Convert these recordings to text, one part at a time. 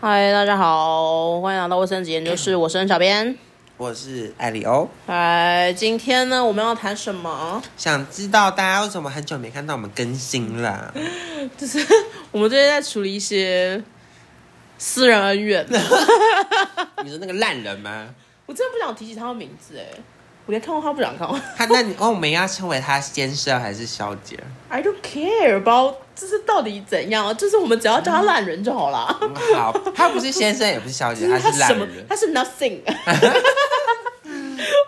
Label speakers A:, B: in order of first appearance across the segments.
A: 嗨，大家好，欢迎来到卫生纸研究室，我是小编。
B: 我是艾里欧，
A: 嗨，今天呢，我们要谈什么？
B: 想知道大家为什么很久没看到我们更新啦？
A: 就是我们最近在处理一些私人恩怨。
B: 你说那个烂人吗？
A: 我真的不想提起他的名字，哎，我连看过他都不想看过。
B: 他那你哦，我们要称为他先生还是小姐？
A: I don't care about 这是到底怎样？啊就是我们只要叫他烂人就好啦。
B: 嗯好，他不是先生，也不是小嗯姐，他
A: 他
B: 是烂
A: 什么？
B: 人。
A: 他是 nothing。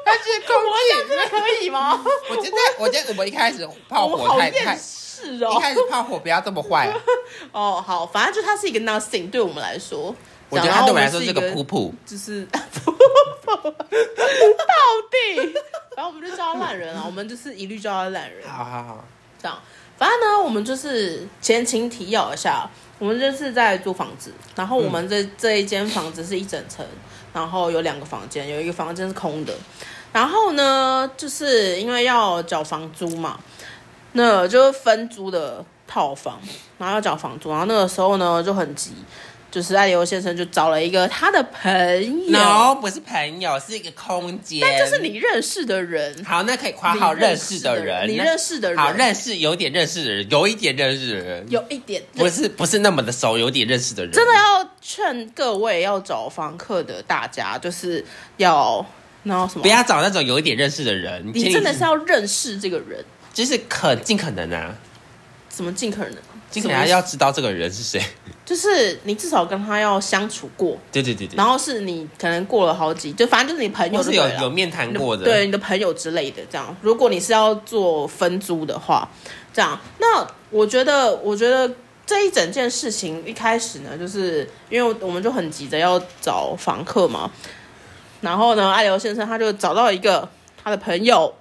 B: 他是空
A: 我这样真的可以吗？
B: 我觉 得，我觉得我们一开始炮
A: 我
B: 火
A: 好
B: 太
A: 厌
B: 太，
A: 世
B: 一
A: 哦。
B: 开始炮火不要这 么坏。
A: 哦，好，反正就他是一个 nothing，对我们来说。
B: 我觉得
A: 然
B: 他
A: 后
B: 对我来
A: 们
B: 说
A: 是
B: 是
A: 一
B: 个噗噗，
A: 就是 到底，然后我们就叫他烂人啊，我们就是一律叫他烂人，
B: 好好好，
A: 这样。反正呢，我们就是前情提要一下，我们这次在租房子，然后我们这、这一间房子是一整层，然后有两个房间，有一个房间是空的。然后呢，就是因为要缴房租嘛，那就是分租的套房，然后要缴房租，然后那个时候呢就很急，就是爱刘先生就找了一个他的朋友
B: no 不是朋友，是一个空间。
A: 但就是你认识的人，
B: 好，那可以夸好
A: 你
B: 认识的人，
A: 人，你
B: 那
A: 啊认识的人，
B: 好认识有点认识的人，有一点认识的人，
A: 有一点
B: 不是不是那么的熟，有点认识的人，
A: 真的要劝各位要找房客的大家，就是要然后什么，
B: 不要找那种有一点认识的人，
A: 你真的是要认识这个人，
B: 就是可尽可能啊，
A: 怎么尽可能？
B: 尽可能啊
A: 什么意
B: 要知道这个人是谁。
A: 思就是你至少跟他要相处过，
B: 对对对对，
A: 然后是你可能过了好几，就反正就是你朋友
B: 或
A: 就是对
B: 有
A: 了
B: 有面谈过的，
A: 啊对你的朋友之类的这样。如果你是要做分租的话，这样，那我觉得，我觉得这一整件事情一开始呢，就是因为我们就很急着要找房客嘛，然后呢，爱刘先生他就找到一个他的朋友，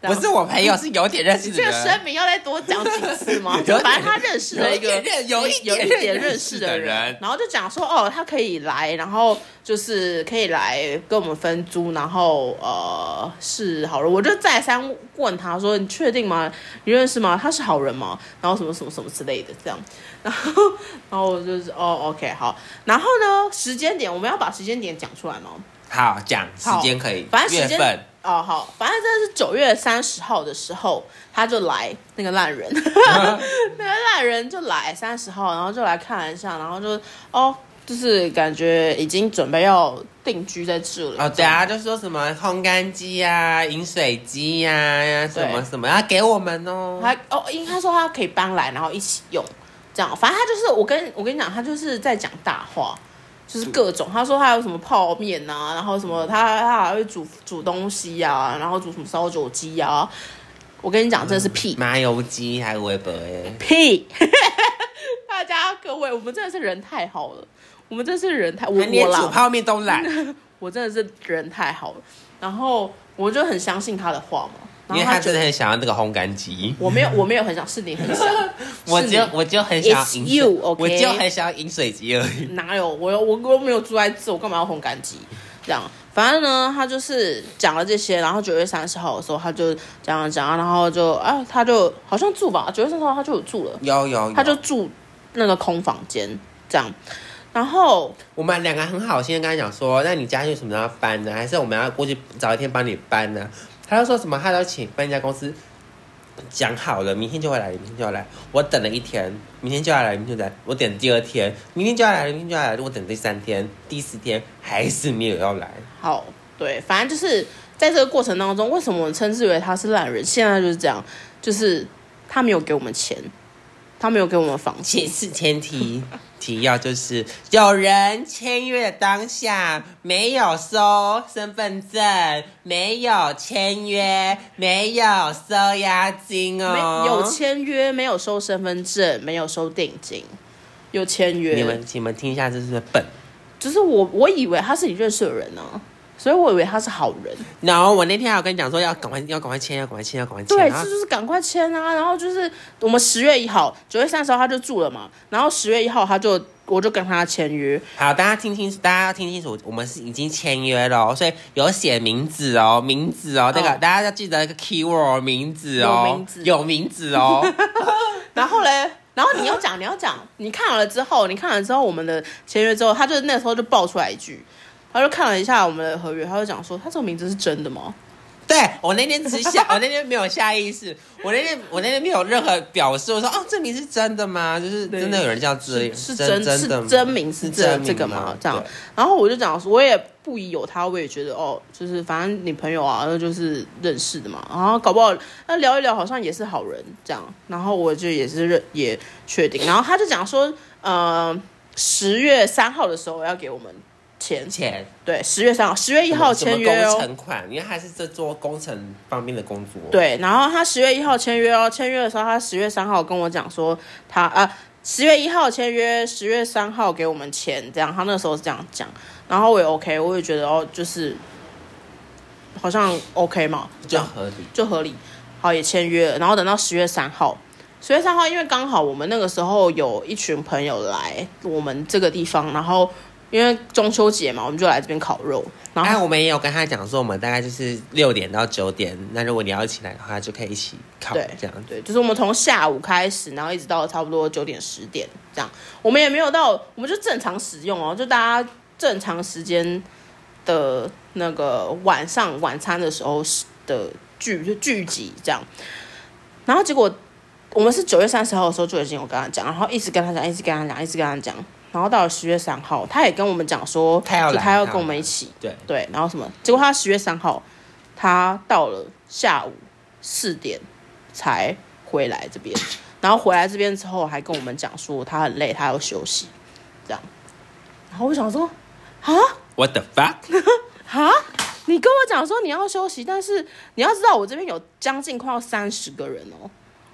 A: 然
B: 不
A: 后
B: 是我朋友，是有点认识的
A: 这个
B: 人，
A: 声明要再多讲几次 吗？
B: 有
A: 就
B: 点
A: 反正他认识了一个
B: 有一点有一
A: 有
B: 点
A: 点认
B: 认
A: 识
B: 识
A: 的
B: 的
A: 人
B: 人，
A: 然后就讲说哦，他可以来，然后就是可以来跟我们分租，然后呃是好人。我就再三问他说你确定吗？你认识吗？他是好人吗？然后什么什么什么之类的这样， 然后然后我就是哦 OK 好，然后呢时间点我们要把时间点讲出来吗？
B: 好讲时
A: 好
B: 间可以，
A: 反正时
B: 月
A: 间
B: 份
A: 哦，好，反正这是九月三十号的时候，他就来那个烂 人，那个烂人就来三十号，然后就来看一下，然后就哦，就是感觉已经准备要定居在这里
B: 哦，对，啊，就说什么烘干机啊、饮水机呀、什么什么要给我们哦。
A: 他哦，应该说他可以搬来，然后一起用，这样，反正他就是我跟我跟你讲，他就是在讲大话。就是各种，他说他有什么泡面啊，然后什
B: 嗯
A: 么他他还会煮煮东西呀、啊，然后煮什么烧酒鸡呀、啊，我跟你讲，真的是屁。
B: 麻油鸡还有微博哎，
A: 屁！大家各位，我们真的是人太好了，我们真的是人太我
B: 他连
A: 我
B: 煮
A: 啦，
B: 泡面都 懒，
A: 我真的是人太好了。然后我就很相信他的话嘛，
B: 因
A: 然
B: 为
A: 后
B: 他
A: 觉
B: 真
A: 得
B: 的很想要那个烘干机。
A: 我没有我没有很想，是你很 想，
B: 我
A: 是
B: 就
A: 你
B: 我就很想要
A: It's
B: 饮
A: you,
B: 水，我
A: okay？
B: 就很想要饮水机而已。
A: 哪有我又我又没有住在这，我干嘛要烘干机？这样，反正呢，他就是讲了这些，然后九月三十号的时候，他就讲了讲，然后就啊，他就好像住吧，九月三十号他就有住了，
B: 有有有，
A: 他就住那个空房间这样，然后
B: 我们两个很好心地跟他讲说，那你家有什么要搬呢？还是我们要过去找一天帮你搬呢？他就说什么，他都请搬家公司讲好了，明天就会来，明天就要来。我等了一天，明天就要来，明天就来。我等第二天，明天就要来，明天就要来。我等第三天、第四天还是没有要来。
A: 好，对，反正就是在这个过程当中，为什么我们称之为他是烂人？现在就是这样，就是他没有给我们钱，他没有给我们房
B: 前
A: 钱，
B: 是前提提要就是有人签约的当下没有收身份证，没有签约，没有收押金
A: 没
B: 哦，
A: 有签约，没有收身份证，没有收定金，有签约。
B: 你们你们听一下，这是笨。
A: 就是我，我以为他是你认识的人呢、所以我以为他是好人。
B: 然后我那天还有跟你讲说要赶快要赶快签，要赶快签，要赶快签。啊
A: 对，
B: 然
A: 这
B: 后
A: 就是赶快签啊！然后就是我们十月一号，九月三十号他就住了嘛，然后十月一号他就我就跟他签约，
B: 好，大家听清楚，大家要听清楚，我们是已经签约了哦，所以有写名字哦，名字哦，那个、
A: 嗯
B: 大家要记得一个 keyword 哦名字哦，
A: 有名字
B: 有名字哦。
A: 然后嘞，然后你要讲，你要讲， 你看了之后，你看了之后，我们的签约之后，他就那时候就爆出来一句，他就看了一下我们的合约，他就讲说，他这个名字是真的吗？
B: 对我那天 只下，我那天没有下意识，我那天我那天没有任何表示，我说哦，这名是真的吗？就是
A: 对
B: 真的有人叫这
A: 是
B: 真
A: 真
B: 真的
A: 是
B: 吗
A: 真名是
B: 是
A: 这
B: 真名
A: 这个
B: 吗
A: 吗？这样
B: 对，
A: 然后我就讲说，我也不疑有他，我也觉得哦，就是反正你朋友啊，那就是认识的嘛，然后搞不好那聊一聊，好像也是好人这样，然后我就也是认也确定，然后他就讲说，呃，十月三号的时候要给我们钱，
B: 钱
A: 对，十月三号，十月一号签约
B: 什么
A: 哦
B: 工。程款，因为他是在做工程方面的工作。，
A: 对，然后他十月一号签约哦，签约的时候他十月三号跟我讲说他啊，十、0月一号签约，十月三号给我们钱，这样他那时候是这样讲，然后我也 OK，我也觉得哦，就是好像 OK 嘛，这
B: 就
A: 样
B: 合理。
A: 就合理，好也签约了，然后等到十月三号。十月三号，因为刚好我们那个时候有一群朋友来我们这个地方，然后因为中秋节嘛，我们就来这边烤肉。然
B: 哎，
A: 后
B: 我们也有跟他讲说，我们大概就是六点到九点，那如果你要一起来的话，就可以一起烤
A: 对
B: 这样子。
A: 对，就是我们从下午开始，然后一直到差不多九点十点这样，我们也没有到，我们就正常使用哦，就大家正常时间的那个晚上晚餐的时候的聚就聚集这样，然后结果我们是九月三十号的时候就已经有跟他讲，然后一直跟他讲，一直跟他讲，一直跟他讲，然后到了十月三号，他也跟我们讲说，
B: 他要
A: 就
B: 来
A: 他要
B: 他要
A: 跟我们
B: 来
A: 一起，
B: 对，
A: 对，然后什么？结果他十月三号，他到了下午四点才回来这边，然后回来这边之后还跟我们讲说他很累，他要休息，这样。然后我想说，
B: What the fuck？
A: 啊，你跟我讲说你要休息，但是你要知道我这边有将近快要三十个人哦，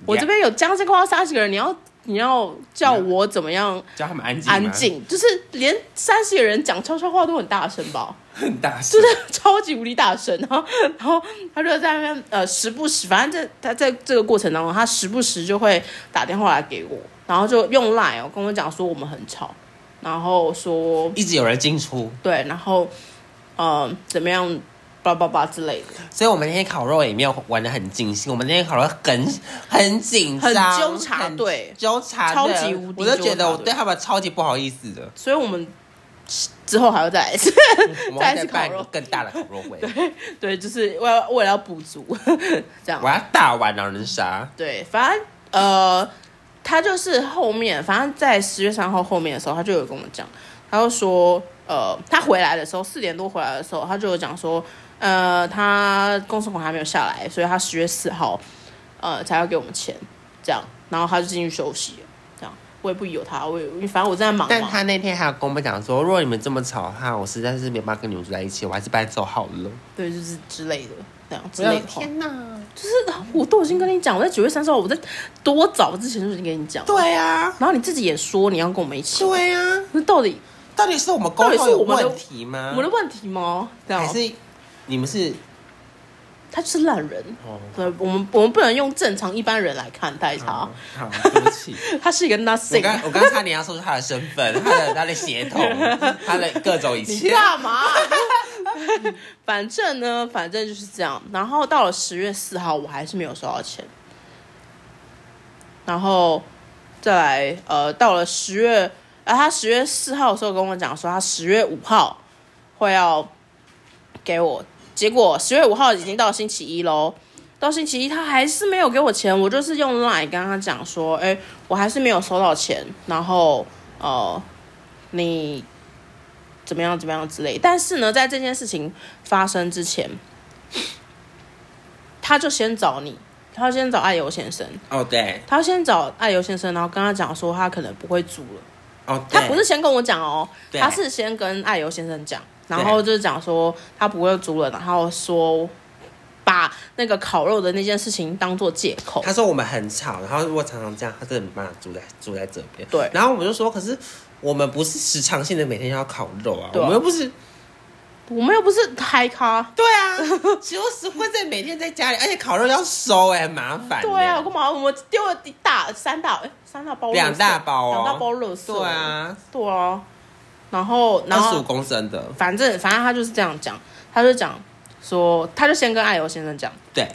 A: 我这边有将近快要三十个人，你要你要叫我怎么样
B: Yeah，叫他们安静，
A: 安，静？就是连三十个人讲悄悄话都很大声吧？
B: 很大声，
A: 真的超级无敌大声，然后然后他就在那边呃时不时，反正这他在这个过程当中，他时不时就会打电话来给我，然后就用 line 哦跟我讲说我们很吵，然后说
B: 一直有人进出。
A: 对，然后呃怎么样，叭叭叭之类的，
B: 所以我们那天烤肉也没有玩的很尽兴，我们那天烤肉很很紧张，
A: 很纠缠
B: 很
A: 对
B: 纠缠，
A: 超
B: 对
A: 级无敌
B: 我就觉
A: 纠
B: 得
A: 缠
B: 我对他们超级不好意思的。
A: 所以我们之后还要再来一次，
B: 我们
A: 再
B: 会
A: 一
B: 再
A: 次
B: 办
A: 烤肉
B: 更大的烤肉会，
A: 对，就是为了为了要补足这样
B: 我。要大玩狼人杀。
A: 对，反正呃，他就是后面，反正在十月三号后面的时候，他就有跟我讲，他就说，呃，他回来的时候四点多回来的时候，他就有讲说，呃，他公司款还没有下来，所以他十月四号，呃，才要给我们钱，这样，然后他就进去休息了，这样，我也不由他，我也反正我正在忙
B: 但
A: 嘛，
B: 他那天还有跟我们讲说，如果你们这么吵的话，我实在是没有办法跟你们住在一起，我还是搬走好了。
A: 对，就是之类的，这样之类的话，
B: 哪！
A: 就是我都已经跟你讲，我在九月三十号，我在多早之前就已经跟你讲，，
B: 对啊，
A: 然后你自己也说你要跟我们一起，
B: 对啊，
A: 那到底？
B: 到底是我们沟
A: 到底
B: 通
A: 是
B: 有
A: 我们的
B: 问题吗？
A: 我的问题吗？这样
B: 还，是你们是
A: 他就是烂人。
B: 哦，
A: 对，我们我们不能用正常一般人来看待他
B: 好，， 好，对不起。
A: 他是一个
B: 嗯我
A: nothing。
B: 刚我刚差点要说出他的身份，他的他的血统，他的各种一
A: 你
B: 切。
A: 干嘛？ 反正呢，反正就是这样。然后到了十月四号，我还是没有收到钱。然后再来，呃，到了十月，啊，他十月四号的时候跟我讲说，他十月五号会要给我。结果十月五号已经到星期一喽，到星期一他还是没有给我钱。我就是用 LINE 跟他讲说，哎，我还是没有收到钱。然后，呃，你怎么样怎么样之类。但是呢，在这件事情发生之前，他就先找你，他先找爱游先生，
B: 哦，对，
A: 他先找爱游先生，然后跟他讲说他可能不会租了。
B: 哦，对
A: 他不是先跟我讲哦，
B: 对
A: 他是先跟爱游先生讲，然后就是讲说他不会租了，然后说把那个烤肉的那件事情当做借口。
B: 他说我们很吵，然后如果常常这样，他真的没办法住在住在这边。
A: 对
B: 然后我们就说，可是我们不是时常性的每天要烤肉啊，
A: 对啊
B: 我们又不是。
A: 我们又不是嗨咖，
B: 对啊， 就是会在每天在家里，而且烤肉要收哎、很麻烦、
A: 对啊，我干嘛？我们丢了一大三大哎三大包垃圾，
B: 两大包哦
A: 两大包热色，
B: 对，啊，
A: 对啊，然后然
B: 二十
A: 后
B: 五公升的，
A: 反正反正他就是这样讲，他就讲说，他就先跟爱游先生讲，
B: 对，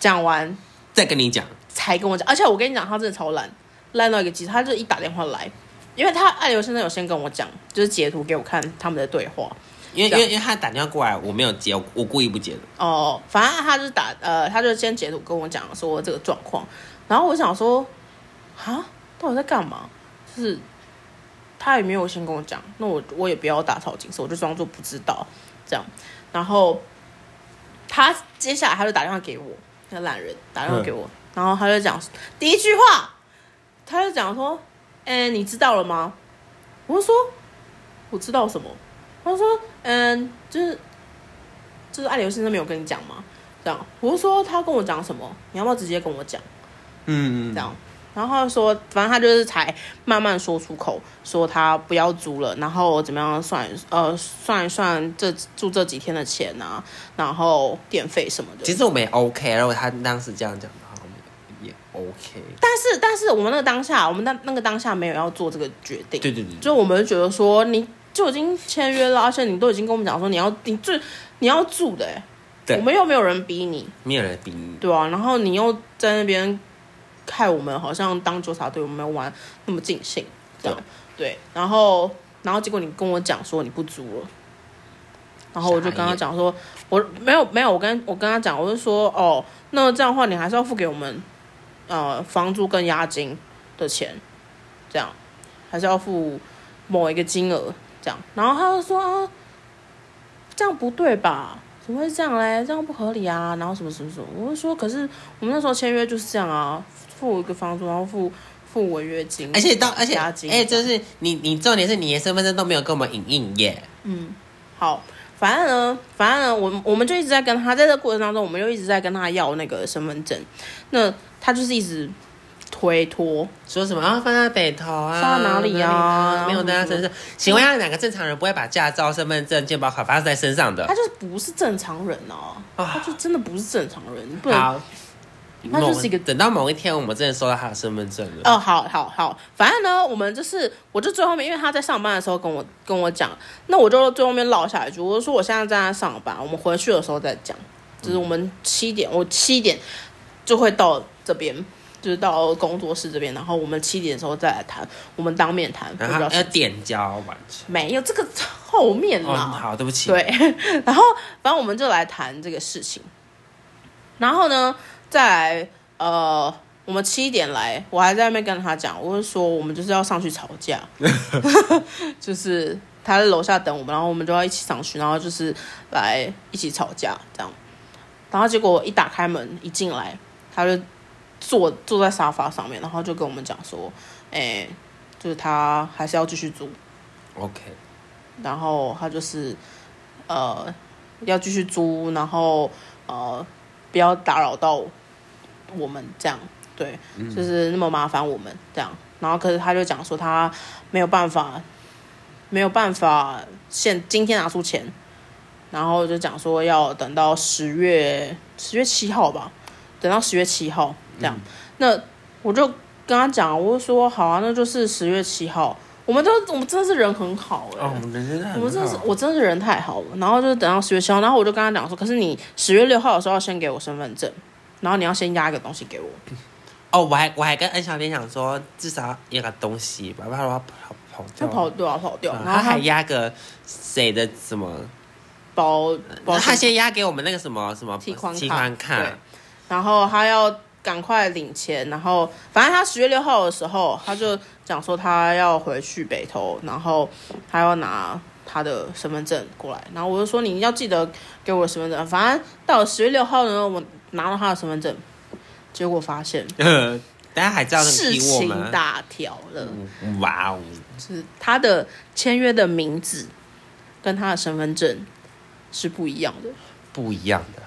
A: 讲完
B: 再跟你讲，
A: 才跟我讲，而且我跟你讲，他真的超懒，烂到一个极致，他就一打电话来，因为他爱刘先生有先跟我讲，就是截图给我看他们的对话，
B: 因为
A: 这
B: 因
A: 样
B: 为因为他打电话过来，我没有接，我我故意不接的。
A: 哦，反正他就打呃，他就先截图跟我讲说哦这个状况，然后我想说，啊，到底在干嘛？就是他也没有先跟我讲，那我我也不要打草惊蛇，我就装作不知道这样。然后他接下来他就打电话给我，那懒人打电话给我，然后他就讲第一句话，他就讲说，哎、你知道了吗？我就说我知道什么？他就说，嗯，就是就是爱流先生没有跟你讲吗？这样，我就说他跟我讲什么，你要不要直接跟我讲？
B: 嗯，
A: 这样，然后他就说，反正他就是才慢慢说出口，说他不要租了，然后怎么样算，呃，算一算这住这几天的钱啊，然后电费什么的。
B: 其实我们也 OK，然后他当时这样讲的话，我们也 OK。
A: 但是，但是我们那个当下，我们那那个当下没有要做这个决定，
B: 对对对，对
A: 就我们觉得说，你就已经签约了，而且你都已经跟我们讲说你要，你最你要住的、欸，
B: 对
A: 我们又没有人逼你，
B: 没有人逼你。
A: 对啊，然后你又在那边害我们好像当纠察队，我们没有玩那么尽兴，这样对。然后，然后结果你跟我讲说你不租了，然后我就跟
B: 傻
A: 他
B: 眼
A: 讲说，我没有没有，我跟我跟他讲，我就说哦，那这样的话你还是要付给我们呃房租跟押金的钱，这样还是要付某一个金额这样。然后他就说啊，这样不对吧？怎么会这样嘞？这样不合理啊！然后什么什么什么，我就说，可是我们那时候签约就是这样啊，付一个房租，然后付付违约金，
B: 而且到而且
A: 押金，
B: 哎，就是你你重点是你连身份证都没有跟我们影印耶。
A: 好，反正呢，反正呢，我们我们就一直在跟他，在这个过程当中，我们又一直在跟他要那个身份证，那他就是一直推脱，
B: 说什么啊？放在北头啊？
A: 放在哪里啊
B: 没有带在身上。请问一下，哪个正常人不会把驾照、身份证、健保卡放在身上的
A: 他？就是不是正常人哦、
B: 啊
A: 他就真的不是正常人，你不能。
B: 好，
A: 他就是一个
B: 等到某一天我们真的收到他的身份证了。
A: 哦，好好好，反正呢，我们就是，我就最后面，因为他在上班的时候跟我跟我讲，那我就最后面落下一句，我就说我现在正在上班，我们回去的时候再讲，就是我们七点，我七点就会到这边，就是到工作室这边，然后我们七点的时候再来谈，我们当面谈，
B: 然
A: 我
B: 后
A: 比较
B: 要点交完成。
A: 没有这个后面
B: 哦，
A: 啦，
B: 好，对不起。，
A: 对， 然后反正我们就来谈这个事情。然后呢，再来呃，我们七点来，我还在那边跟他讲，我就说我们就是要上去吵架，就是他在楼下等我们，然后我们就要一起上去，然后就是来一起吵架这样。然后结果一打开门一进来，他就坐坐在沙发上面，然后就跟我们讲说，哎、就是他还是要继续租。
B: OK，
A: 然后他就是呃要继续租，然后呃不要打扰到我们这样，对，就是那么麻烦我们这样。然后可是他就讲说他没有办法，没有办法现今天拿出钱，然后就讲说要等到十月十月七号吧，等到十月七号这样。那我就跟他讲，我就说好啊，那就是十月七号。我们都我们真的是人很好哎、
B: 哦，我们人真的很
A: 我真的是
B: 好，
A: 我真的是人太好了。然后就是等到十月七号，然后我就跟他讲说，可是你十月六号的时候要先给我身份证，然后你要先压一个东西给我。
B: 哦，我还我还跟恩小编讲说，至少要一个东西吧，不然我要跑跑
A: 他
B: 掉。
A: 跑掉啊，跑掉，
B: 嗯
A: 然
B: 他
A: 后
B: 还
A: 他
B: 压个谁的什么？
A: 包包，
B: 他先压给我们那个什么什么
A: 提款卡
B: 提款
A: 对
B: 卡，
A: 然后他要赶快领钱，然后反正他十月六号的时候，他就讲说他要回去北投，然后他要拿他的身份证过来，然后我就说你要记得给我身份证，反正到了十月六号呢，我拿到他的身份证，结果发现
B: 大家还知道那个
A: 事
B: 逼我
A: 情
B: 们。啊
A: 大条了。
B: 哇哦！
A: 就是他的签约的名字跟他的身份证是不一样的，
B: 不一样的。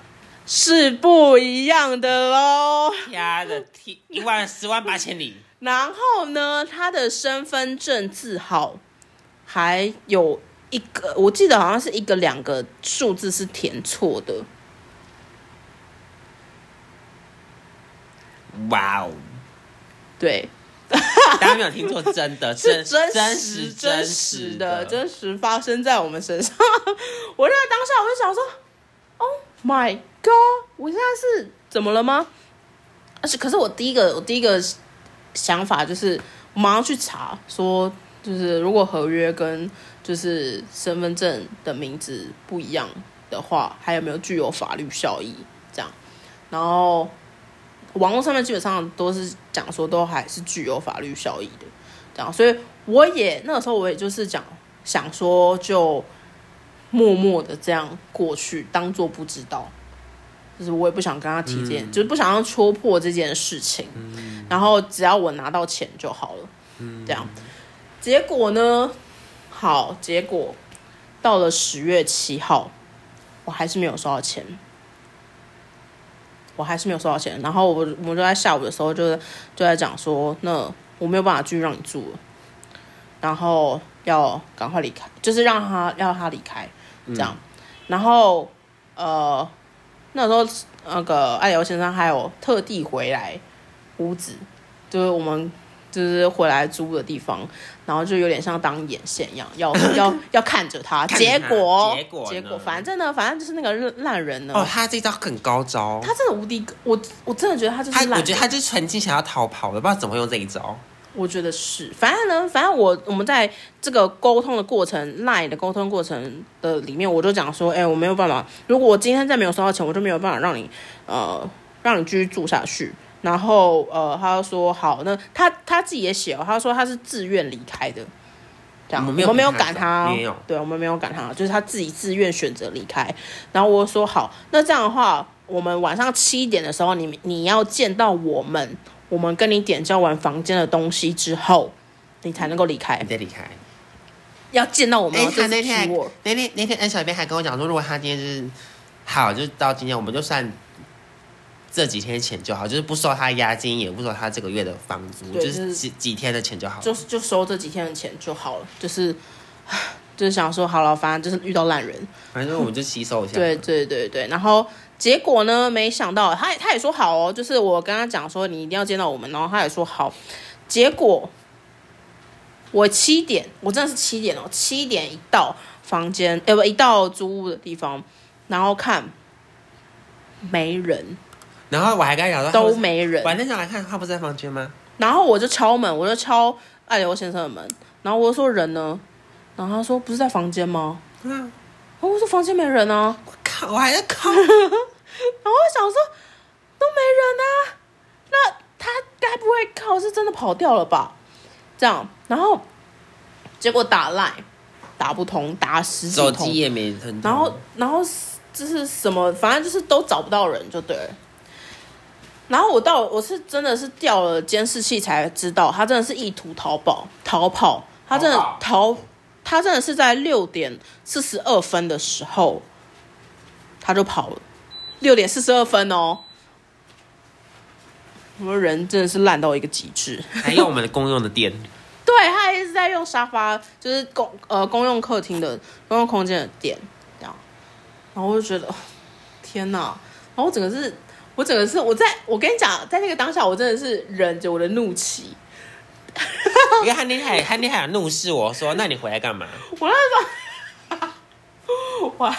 A: 是不一样的喽。
B: 压的天，啊一万十万八千里，
A: 然后呢，他的身份证字号还有一个，我记得好像是一个两个数字是填错的，
B: 哇哦！
A: 对，
B: 大家没有听错，真的
A: 是
B: 真
A: 真
B: 真
A: 实
B: 真
A: 实
B: 的，
A: 真实发生在我们身上。 我在当下我就想说，Oh my god！我现在是怎么了吗？而且可是我第一个我第一个想法就是，我马上去查说，就是如果合约跟就是身份证的名字不一样的话，还有没有具有法律效益这样。然后网络上面基本上都是讲说都还是具有法律效益的，这样。所以我也那个时候我也就是讲想说就默默的这样过去，当做不知道。就是我也不想跟他提这件，就是不想要戳破这件事情。然后只要我拿到钱就好了，这样。结果呢？好，结果到了十月七号，我还是没有收到钱，我还是没有收到钱。然后我我们就在下午的时候就就在讲说，那我没有办法继续让你住了，然后要赶快离开，就是让他要他离开
B: 嗯
A: 这样。然后呃，那时候那个爱瑶先生还有特地回来屋子，就是我们就是回来租的地方，然后就有点像当眼线一样，要要要看着他。
B: 看着
A: 结
B: 他
A: 果
B: 结果呢
A: 结果，反正呢，反正就是那个烂烂人呢，
B: 哦，他这招很高招，
A: 他真的无敌，我我真的觉得他就是
B: 他
A: 烂人。
B: 我觉得他就是纯净想要逃跑的，不知道怎么会用这一招。
A: 我觉得是，反正呢，反正我我们在这个沟通的过程，赖的沟通过程的里面，我就讲说，哎、我没有办法，如果我今天再没有收到钱，我就没有办法让你，呃，让你继续住下去。然后呃，他就说好，那他他自己也写、哦，他说他是自愿离开的，这样
B: 我们没有
A: 没有赶
B: 赶
A: 他
B: 他
A: 哦，
B: 没有
A: 对，我们没有赶他，哦就是他自己自愿选择离开。然后我说好，那这样的话，我们晚上七点的时候，你你要见到我们，我们跟你点交完房间的东西之后，你才能够离开
B: 你。再离开。
A: 要见到我们
B: 哎、
A: 哦，
B: 他
A: 这
B: 那
A: 是
B: 天还
A: keyword
B: 那天那天安小编还跟我讲说，如果他今天就是好，就到今天我们就算这几天钱就好，就是不收他押金，也不收他这个月的房租，
A: 对
B: 就
A: 就是
B: 是几几天的钱就好。
A: 就是就收这几天的钱就好了，就是。 就是想说好了，反正就是遇到烂人，
B: 反正我们就吸收一下。
A: 对，对对对，然后结果呢？没想到他也他也说好哦，就是我跟他讲说你一定要见到我们，然后他也说好。结果我七点，我真的是七点哦，七点一到房间，呃不，一到租屋的地方，然后看没人，
B: 然后我还跟他讲说，
A: 都没人
B: 我还。在想来看他不是在房间吗？
A: 然后我就敲门，我就敲爱刘先生的门，然后我就说人呢？然后他说不是在房间吗？
B: 嗯，
A: 然后我说房间没人啊。
B: 我靠，我还在 靠。
A: 然后我想说都没人啊，那他该不会靠是真的跑掉了吧？这样，然后结果打赖打不通，打十几
B: 手
A: 通
B: 机，也没很，
A: 然后然后就是什么，反正就是都找不到人就对了。然后我到我是真的是掉了监视器才知道，他真的是意图逃跑逃跑，他真的逃，他真的是在六点四十二分的时候他就跑了，六点四十二分哦。我们人真的是烂到一个极致。
B: 还用我们的公用的电，
A: 对，他还一直在用沙发，就是公呃公用客厅的公用空间的电，这样，然后我就觉得，哦天哪！然后我整个是，我整个是我在我跟你讲，在那个当下，我真的是忍着我的怒气，
B: 因为他那天还他那天还有怒视我说，那你回来干嘛？
A: 我那时候，哇，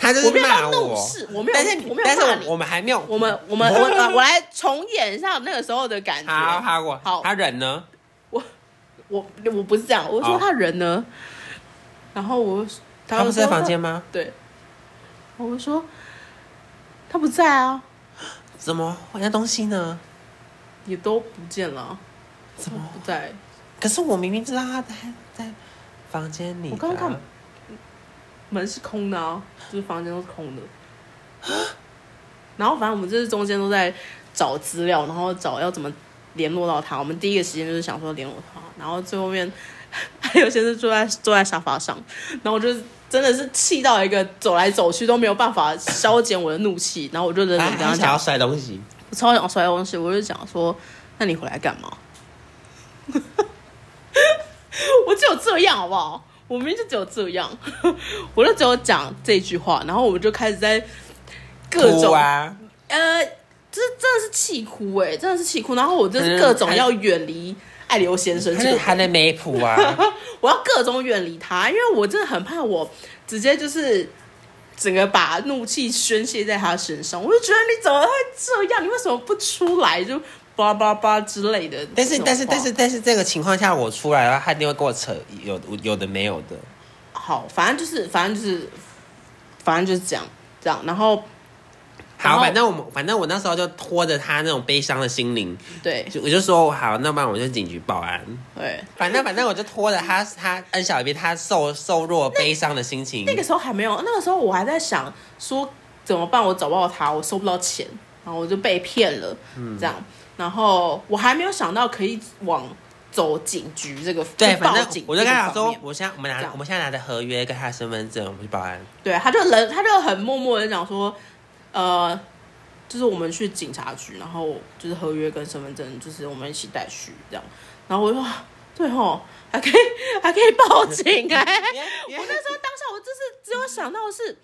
B: 他就
A: 我没
B: 是
A: 有
B: 骂
A: 到怒视，我没有，
B: 但是
A: 我没有
B: 但
A: 骂
B: 是
A: 你
B: 我，们还没有，
A: 我们我们我我我来重演一下那个时候的感觉。
B: 好好我
A: 好
B: 他忍呢？
A: 我我不是这样，我说
B: 好
A: 他人呢，然后我他
B: 他不
A: 们
B: 是在房间吗？
A: 对，我就说他不在啊，
B: 怎么我那东西呢？
A: 也都不见了啊，
B: 怎
A: 他
B: 么？
A: 不在？
B: 可是我明明知道他在在房间里、啊。
A: 我刚刚看门是空的啊，就是房间都是空的。然后反正我们就是中间都在找资料，然后找要怎么联络到他。我们第一个时间就是想说联络他，然后最后面 还有些是坐在坐在沙发上，然后我就真的是气到一个走来走去都没有办法消减我的怒气，然后我就忍忍
B: 他
A: 跟
B: 他
A: 他
B: 想
A: 讲
B: 要，摔东西，
A: 我超想摔东西，我就想说，那你回来干嘛？ 我只有这样好不好？我明明就只有这样， 我就只有讲这句话，然后我们就开始在各
B: 哭
A: 种、
B: 啊，
A: 呃，这真的是气哭哎、真的是气哭，然后我就是各种
B: 嗯
A: 要远离爱刘先生
B: 他
A: 这
B: 是
A: 个
B: 他的没谱 啊，
A: 我要各种远离他，因为我真的很怕我直接就是整个把怒气宣泄在他身上。我就觉得你怎么会这样？你为什么不出来就巴拉巴拉巴拉之类的。
B: 但是
A: 这种
B: 但是
A: 话
B: 但是但是这个情况下我出来了，他一定会跟我扯有有的没有的。
A: 好，反正就是反正就是反正就是这样这样，然后然
B: 好，
A: 后
B: 反正我们反正我那时候就拖着他那种悲伤的心灵，
A: 对
B: 就我就说好，那不然我就警局报案。
A: 对，
B: 反正反正我就拖着他他恩小别他瘦瘦弱悲伤的心情。
A: 那个时候还没有，那个时候我还在想说怎么办，我找不到他，我收不到钱，然后我就被骗了，这样，然后我还没有想到可以往走警局这个
B: 对，
A: 就报
B: 反正
A: 警这个
B: 我就跟他讲
A: 方
B: 说
A: 面，
B: 我现在我们
A: 这
B: 拿
A: 样
B: 我们现在拿着合约跟他的身份证，我们去报案。
A: 对，他就人他就很默默的讲说，呃，就是我们去警察局，然后就是合约跟身份证，就是我们一起带去这样，然后我就说啊对吼，还可以还可以报警哎、 我那时候当下我就是只有想到的是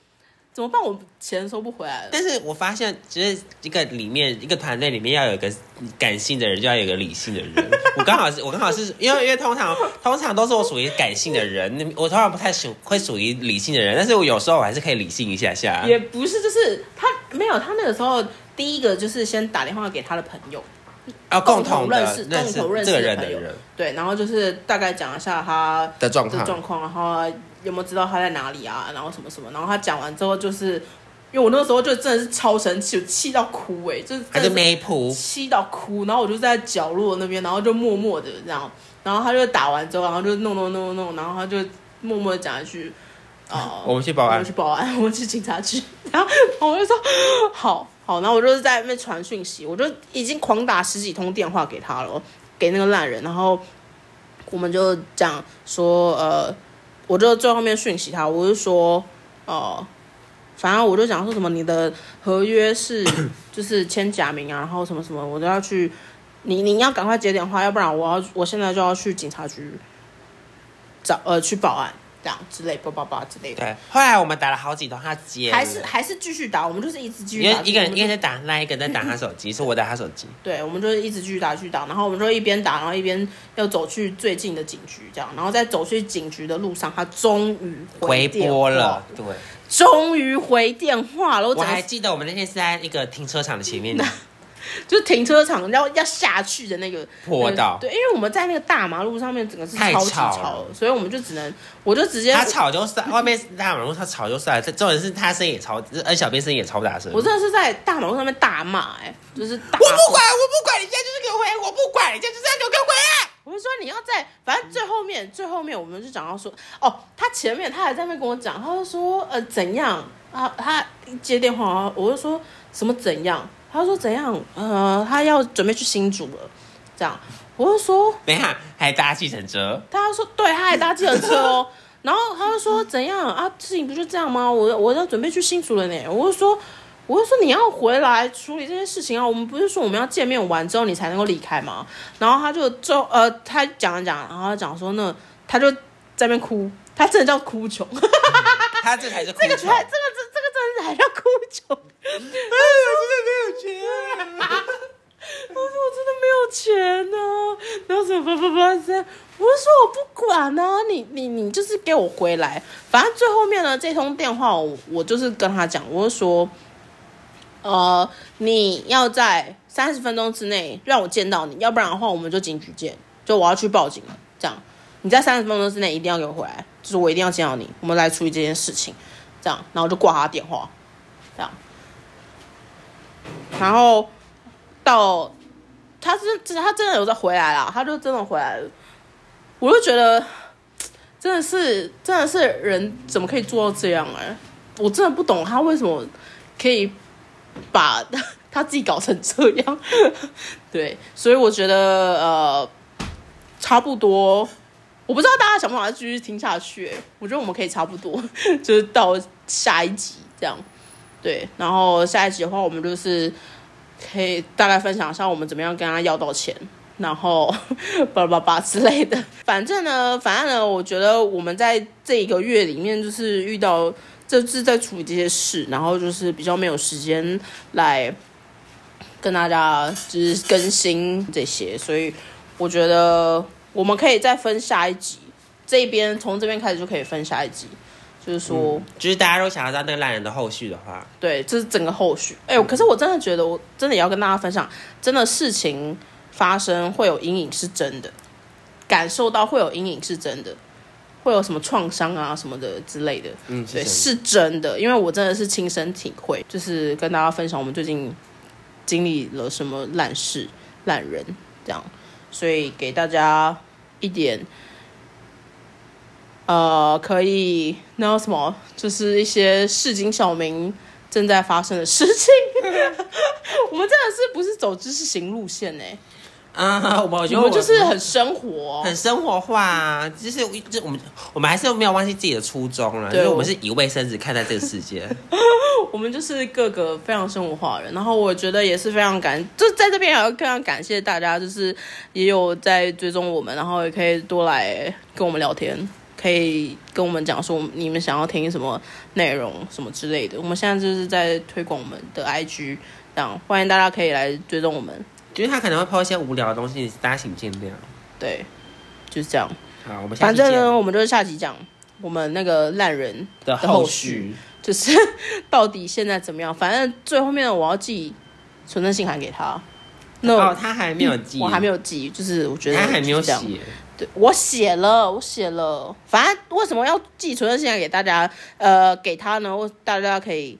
A: 怎么办，我钱收不回来了。
B: 但是我发现，就是一个里面一个团队里面要有一个感性的人，就要有一个理性的人。我刚好是，我刚好是因为因为通常通常都是我属于感性的人，我通常不太属会属于理性的人，但是我有时候我还是可以理性一下下。
A: 也不是，就是他没有，他那个时候第一个就是先打电话给他的朋友，
B: 啊，
A: 同
B: 共同
A: 认
B: 的
A: 识共同认识
B: 这个人
A: 的
B: 的
A: 朋友
B: 人
A: 对，然后就是大概讲一下他
B: 的状
A: 的状况，
B: 况。
A: 然后有没有知道他在哪里啊，然后什么什么，然后他讲完之后就是。因为我那个时候就真的是超生气，我气到哭哎、就是
B: 还
A: 真的是
B: 是梅普，
A: 气到哭，然后我就在角落那边，然后就默默的这样，然后他就打完之后，然后就弄弄弄弄，然后他就默默的讲一句，哦、
B: 我们去报
A: 我
B: 案
A: 去。报案， 我去警察局。然后我就说好好，然后我就是在那边传讯息，我就已经狂打十几通电话给他了，给那个烂人。然后我们就讲说，呃，我就最后面讯息他，我就说，哦、反正我就讲说什么你的合约是就是签假名啊，然后什么什么，我都要去，你你要赶快接电话，要不然我要我现在就要去警察局找呃去报案。这样之类，叭叭叭之类的。
B: 对，后来我们打了好几通，他接了
A: 还是还是继续打，我们就是一直继续
B: 因为
A: 打，
B: 一个人一
A: 一
B: 个人在打那一个人在打他手机，是我打他手 机。
A: 对，我们就是一直继续打，继续打，然后我们就一边打，然后一边要走去最近的警局，这样，然后在走去警局的路上，他终于
B: 回
A: 电
B: 拨
A: 话
B: 了，，对，
A: 终于回电话了，我
B: 我
A: 整
B: 还
A: 个
B: 记得我们那天是在一个停车场的前 面的
A: 就是停车场要要下去的那个
B: 坡
A: 那
B: 道
A: 个，对，因为我们在那个大马路上面，整个是
B: 太
A: 超级
B: 吵了
A: 吵的，所以我们就只能，我就直接
B: 他吵就算，外面大马路上吵就算了，这重点是他声音也超，而小编声音也超大声。
A: 我真的是在大马路上面大骂、哎，就是大
B: 我不管，我不管，你现在就是给我回来，我不管，你现在就是要给我回啊来。
A: 我就说你要在，反正最后面最后面我们就讲到说，哦，他前面他还在那边跟我讲，他就说呃怎样啊，他一接电话，我就说什么怎样，他说怎样，呃，他要准备去新竹了，这样，我就说，
B: 等一下还搭计程 车，
A: 他说对，他还搭计程车哦， 然后他就说怎样啊，事情不就这样吗？我我要准备去新竹了呢，我就说。我就说你要回来处理这件事情啊！我们不是说我们要见面完之后你才能够离开吗？然后他就就呃，他讲一讲，然后他讲说那他就在那边哭，他真的叫哭穷， 这个
B: 他这才是哭
A: 才这个这
B: 穷。
A: 这个真的才叫 哭穷。
B: 我真的没有钱啊。
A: 我说我真的没有钱呢、然后什么什么什么，我就说我不管啊，你你你就是给我回来。反正最后面呢，这通电话我我就是跟他讲，我就说，呃，你要在三十分钟之内让我见到你，要不然的话我们就警局见，就我要去报警了。这样，你在三十分钟之内一定要给我回来，就是我一定要见到你，我们来处理这件事情。这样，然后就挂他电话，这样，然后。到他真真他真的有在回来啦，他就真的回来了。我就觉得真的是真的是人怎么可以做到这样哎、我真的不懂他为什么可以把他自己搞成这样。 对，所以我觉得呃差不多。我不知道大家想不想要继续听下去、欸我觉得我们可以差不多， 就是到下一集这样。对，然后下一集的话，我们就是可以大概分享一下我们怎么样跟他要到钱，然后 巴拉巴拉巴拉之类的。反正呢，反正呢，我觉得我们在这一个月里面，就是遇到就是在处理这些事，然后就是比较没有时间来跟大家就是更新这些，所以我觉得我们可以再分下一集。这边从这边开始就可以分下一集，就是说，
B: 就是大家都想要知道那个烂人的后续的话，
A: 对，这是整个后续。哎、可是我真的觉得，我真的也要跟大家分享，真的事情发生会有阴影是真的，感受到会有阴影是真的，会有什么创伤啊什么的之类的，
B: 嗯，
A: 对，
B: 真的
A: 是真的，因为我真的是亲身体会，就是跟大家分享我们最近经历了什么烂事、烂人这样，所以给大家一点，呃，可以那叫什么，就是一些市井小民正在发生的事情。 我们真的是不是走知识型路线呢、
B: 啊，我们我觉
A: 我
B: 得我
A: 们就是很生活、哦
B: 很生活化啊，就是就我们我们还是没有忘记自己的初衷了，就
A: 对
B: 是我
A: 我
B: 们是以卫生纸看待这个 世界。
A: 我们就是各个非常生活化的人，然后我觉得也是非常感，就在这边也要非常感谢大家，就是也有在追踪我们，然后也可以多来跟我们聊天，可以跟我们讲说你们想要听什么内容什么之类的。我们现在就是在推广我们的 IG，这样欢迎大家可以来追踪我们。
B: 就是他可能会抛一些无聊的东西，大家请见谅。
A: 对，就是这样。
B: 好，我们下
A: 反
B: 期见
A: 正呢，我们就是下集讲我们那个烂人
B: 的
A: 的后
B: 后
A: 续
B: 续，
A: 就是 到底现在怎么样？反正最后面我要寄存真信函给他。那、
B: 哦，他还没有
A: 嗯
B: 寄，
A: 我还没有寄，就是我觉得
B: 他还没有
A: 就是这样。
B: 写，
A: 对，我写了，我写了。反正为什么要寄存真信函给大家？呃，给他呢，我大家可以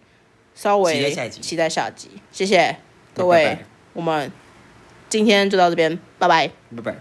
A: 稍微
B: 期待下集
A: 期待下集谢谢各位，
B: 拜拜
A: 我们今天就到这边，拜拜。
B: 拜拜。